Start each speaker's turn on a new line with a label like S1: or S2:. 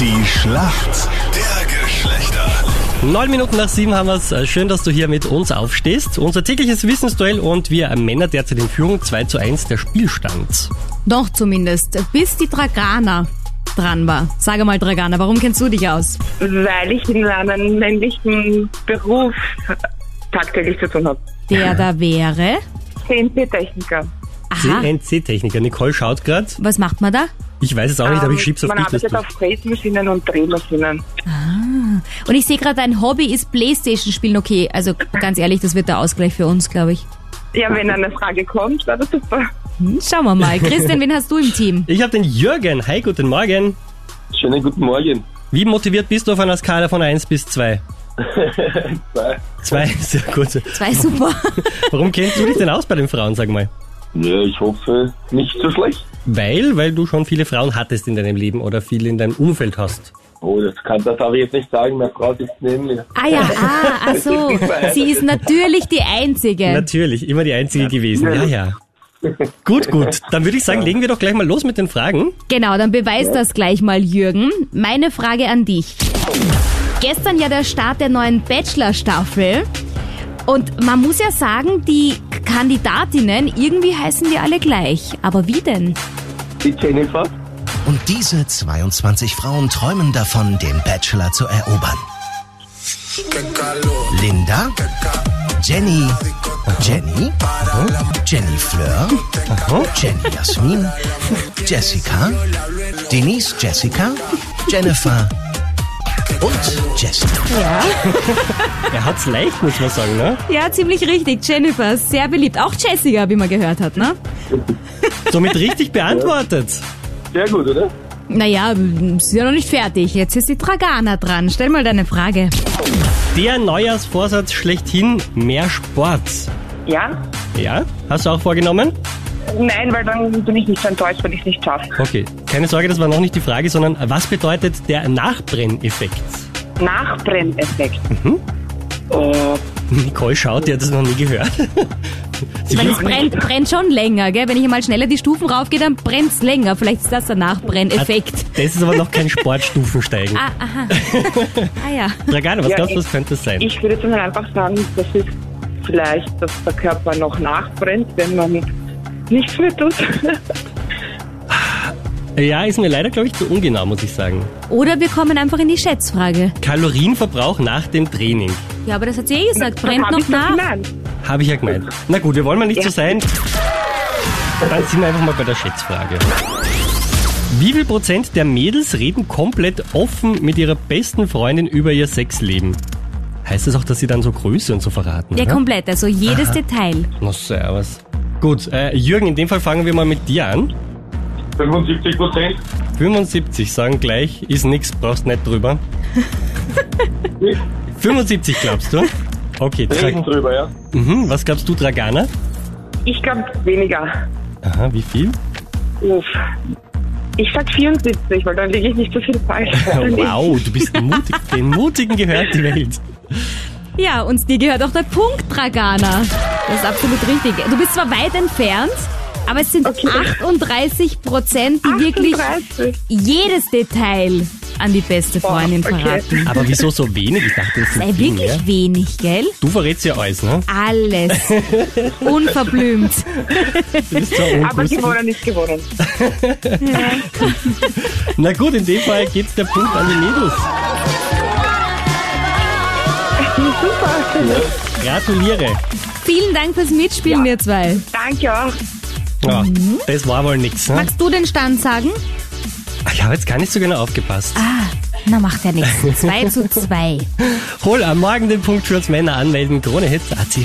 S1: Die Schlacht der Geschlechter.
S2: Neun Minuten nach sieben haben wir's. Schön, dass du hier mit uns aufstehst. Unser tägliches Wissensduell und wir Männer derzeit in Führung 2 zu 1 der Spielstand.
S3: Noch zumindest, bis die Dragana dran war. Sag mal, Dragana, warum kennst du dich aus?
S4: Weil ich in einem männlichen Beruf tagtäglich zu tun habe.
S3: Der da wäre.
S4: CNC-Techniker.
S3: Aha,
S2: CNC-Techniker. Nicole schaut grad.
S3: was macht man da?
S2: Ich weiß es auch nicht, aber ich schieb's auf
S4: Ähm, Man
S2: dich. dass du-
S4: arbeitet auf Fräsmaschinen und Drehmaschinen.
S3: Und ich sehe gerade, dein Hobby ist Playstation-Spielen. Okay, also ganz ehrlich, das wird der Ausgleich für uns, glaube ich.
S4: Ja, wenn eine Frage kommt, war das super.
S3: Hm, schauen wir mal. Christian, wen hast du im Team?
S2: Ich habe den Jürgen. Hi, guten Morgen.
S5: Schönen guten Morgen.
S2: Wie motiviert bist du auf einer Skala von 1 bis 2?
S5: Zwei.
S2: 2, sehr gut.
S3: Zwei super.
S2: Warum kennst du dich denn aus bei den Frauen, sag mal?
S5: Ja, ich hoffe, nicht so schlecht.
S2: Weil, weil du schon viele Frauen hattest in deinem Leben oder viele in deinem Umfeld hast.
S5: Oh, das kann, das darf ich jetzt nicht sagen, meine Frau sitzt neben mir.
S3: Ah ja, ah, ach so. Sie ist natürlich die
S4: Ähm.
S3: Einzige.
S2: Natürlich, immer die einzige gewesen. Ja, ja. Gut, gut. Dann würde ich sagen, legen wir doch gleich mal los mit den Fragen.
S3: Genau, dann beweis das gleich mal, Jürgen. Meine Frage an dich. Gestern ja der Start der neuen Bachelor-Staffel. Und man muss ja sagen, die Kandidatinnen, irgendwie heißen die alle gleich. Aber wie denn?
S5: Die Jennifer?
S6: Und diese 22 Frauen träumen davon, den Bachelor zu erobern. Linda, Jenny, Jenny, Jenny Fleur, Jenny Jasmin, Jessica, Denise Jessica, Jennifer und Jessica.
S2: Er hat's leicht, muss man sagen, ne?
S3: Ja, ziemlich richtig. Jennifer, sehr beliebt. Auch Jessica, wie man gehört hat, ne?
S2: Somit richtig beantwortet.
S5: Sehr gut, oder?
S3: Naja, ist ja noch nicht fertig. Jetzt ist die Dragana dran. Stell mal deine Frage.
S2: Der Neujahrsvorsatz schlechthin, mehr Sport.
S4: Ja?
S2: Ja? Hast du auch vorgenommen?
S4: Nein, weil dann bin ich nicht so enttäuscht, wenn ich es nicht schaffe.
S2: Okay. Keine Sorge, das war noch nicht die Frage, sondern was bedeutet der Nachbrenneffekt?
S4: Nachbrenneffekt. Oh,
S2: Nicole schaut, die hat das noch nie gehört. Sie
S3: Weil es
S2: will-
S3: brennt, brennt schon länger, gell? Wenn ich mal schneller die Stufen raufgehe, dann brennt's länger. Vielleicht ist das der Nachbrenneffekt.
S2: Das ist aber noch kein Sportstufensteigen.
S3: Ah, aha. ah ja.
S2: Dragana, was
S4: Ja,
S2: glaubst du,
S4: ich-
S2: was könnte es sein?
S4: ich würde jetzt mal einfach sagen, das ist vielleicht, dass der Körper noch nachbrennt, wenn man nichts mehr tut.
S2: ja, ist mir leider, glaube ich, zu ungenau, muss ich sagen.
S3: Oder wir kommen einfach in die Schätzfrage.
S2: Kalorienverbrauch nach dem Training.
S3: Ja, aber das hat sie eh gesagt. Brennt
S4: Hab ich
S3: noch
S4: doch
S3: nach.
S4: gemeint.
S2: Habe ich ja gemeint. Na gut, wir wollen mal nicht so sein. Dann sind wir einfach mal bei der Schätzfrage. Wie viel Prozent der Mädels reden komplett offen mit ihrer besten Freundin über ihr Sexleben? Heißt das auch, dass sie dann so Größe und so verraten?
S3: Ja,
S2: oder?
S3: komplett. Also jedes Detail.
S2: Na servus. Gut, äh, Jürgen, in dem Fall fangen wir mal mit dir an.
S5: 75 Prozent.
S2: 75 sagen gleich, ist nix, brauchst nicht drüber. 75 glaubst du? Okay,
S5: Reden
S2: Tra
S5: drüber, ja.
S2: mhm, was glaubst du, Dragana?
S4: Ich glaube weniger.
S2: Aha, wie viel?
S4: Uff. Ich sag 74, weil dann liege ich nicht so viel falsch.
S2: Oh, Wow, du bist mutig. Den Mutigen gehört die Welt.
S3: Ja, und dir gehört auch der Punkt, Dragana. Das ist absolut richtig. Du bist zwar weit entfernt, aber es sind 38 Prozent, die wirklich
S4: 38.
S3: jedes Detail an die beste Freundin
S4: okay.
S3: verraten.
S2: Aber wieso so wenig? Ich dachte, das sind
S3: Sei
S2: viel
S3: wirklich
S2: mehr.
S3: wenig, gell?
S2: Du verrätst ja alles, ne?
S3: Alles. Unverblümt.
S2: Du bist so
S4: Aber
S2: unlustig.
S4: gewonnen ist gewonnen.
S2: Na gut, in dem Fall geht's der Punkt an die Mädels. Gratuliere.
S3: Vielen Dank fürs Mitspielen, ihr zwei.
S4: Danke auch.
S2: Ja,
S3: Mhm.
S2: das war wohl nix, ne?
S3: Magst du den Stand sagen?
S2: Ich habe jetzt gar nicht so genau aufgepasst.
S3: Ah. Na, macht ja nichts. 2 zu 2.
S2: Hol am Morgen den Punkt für uns Männer anmelden. Krone Hits, AC.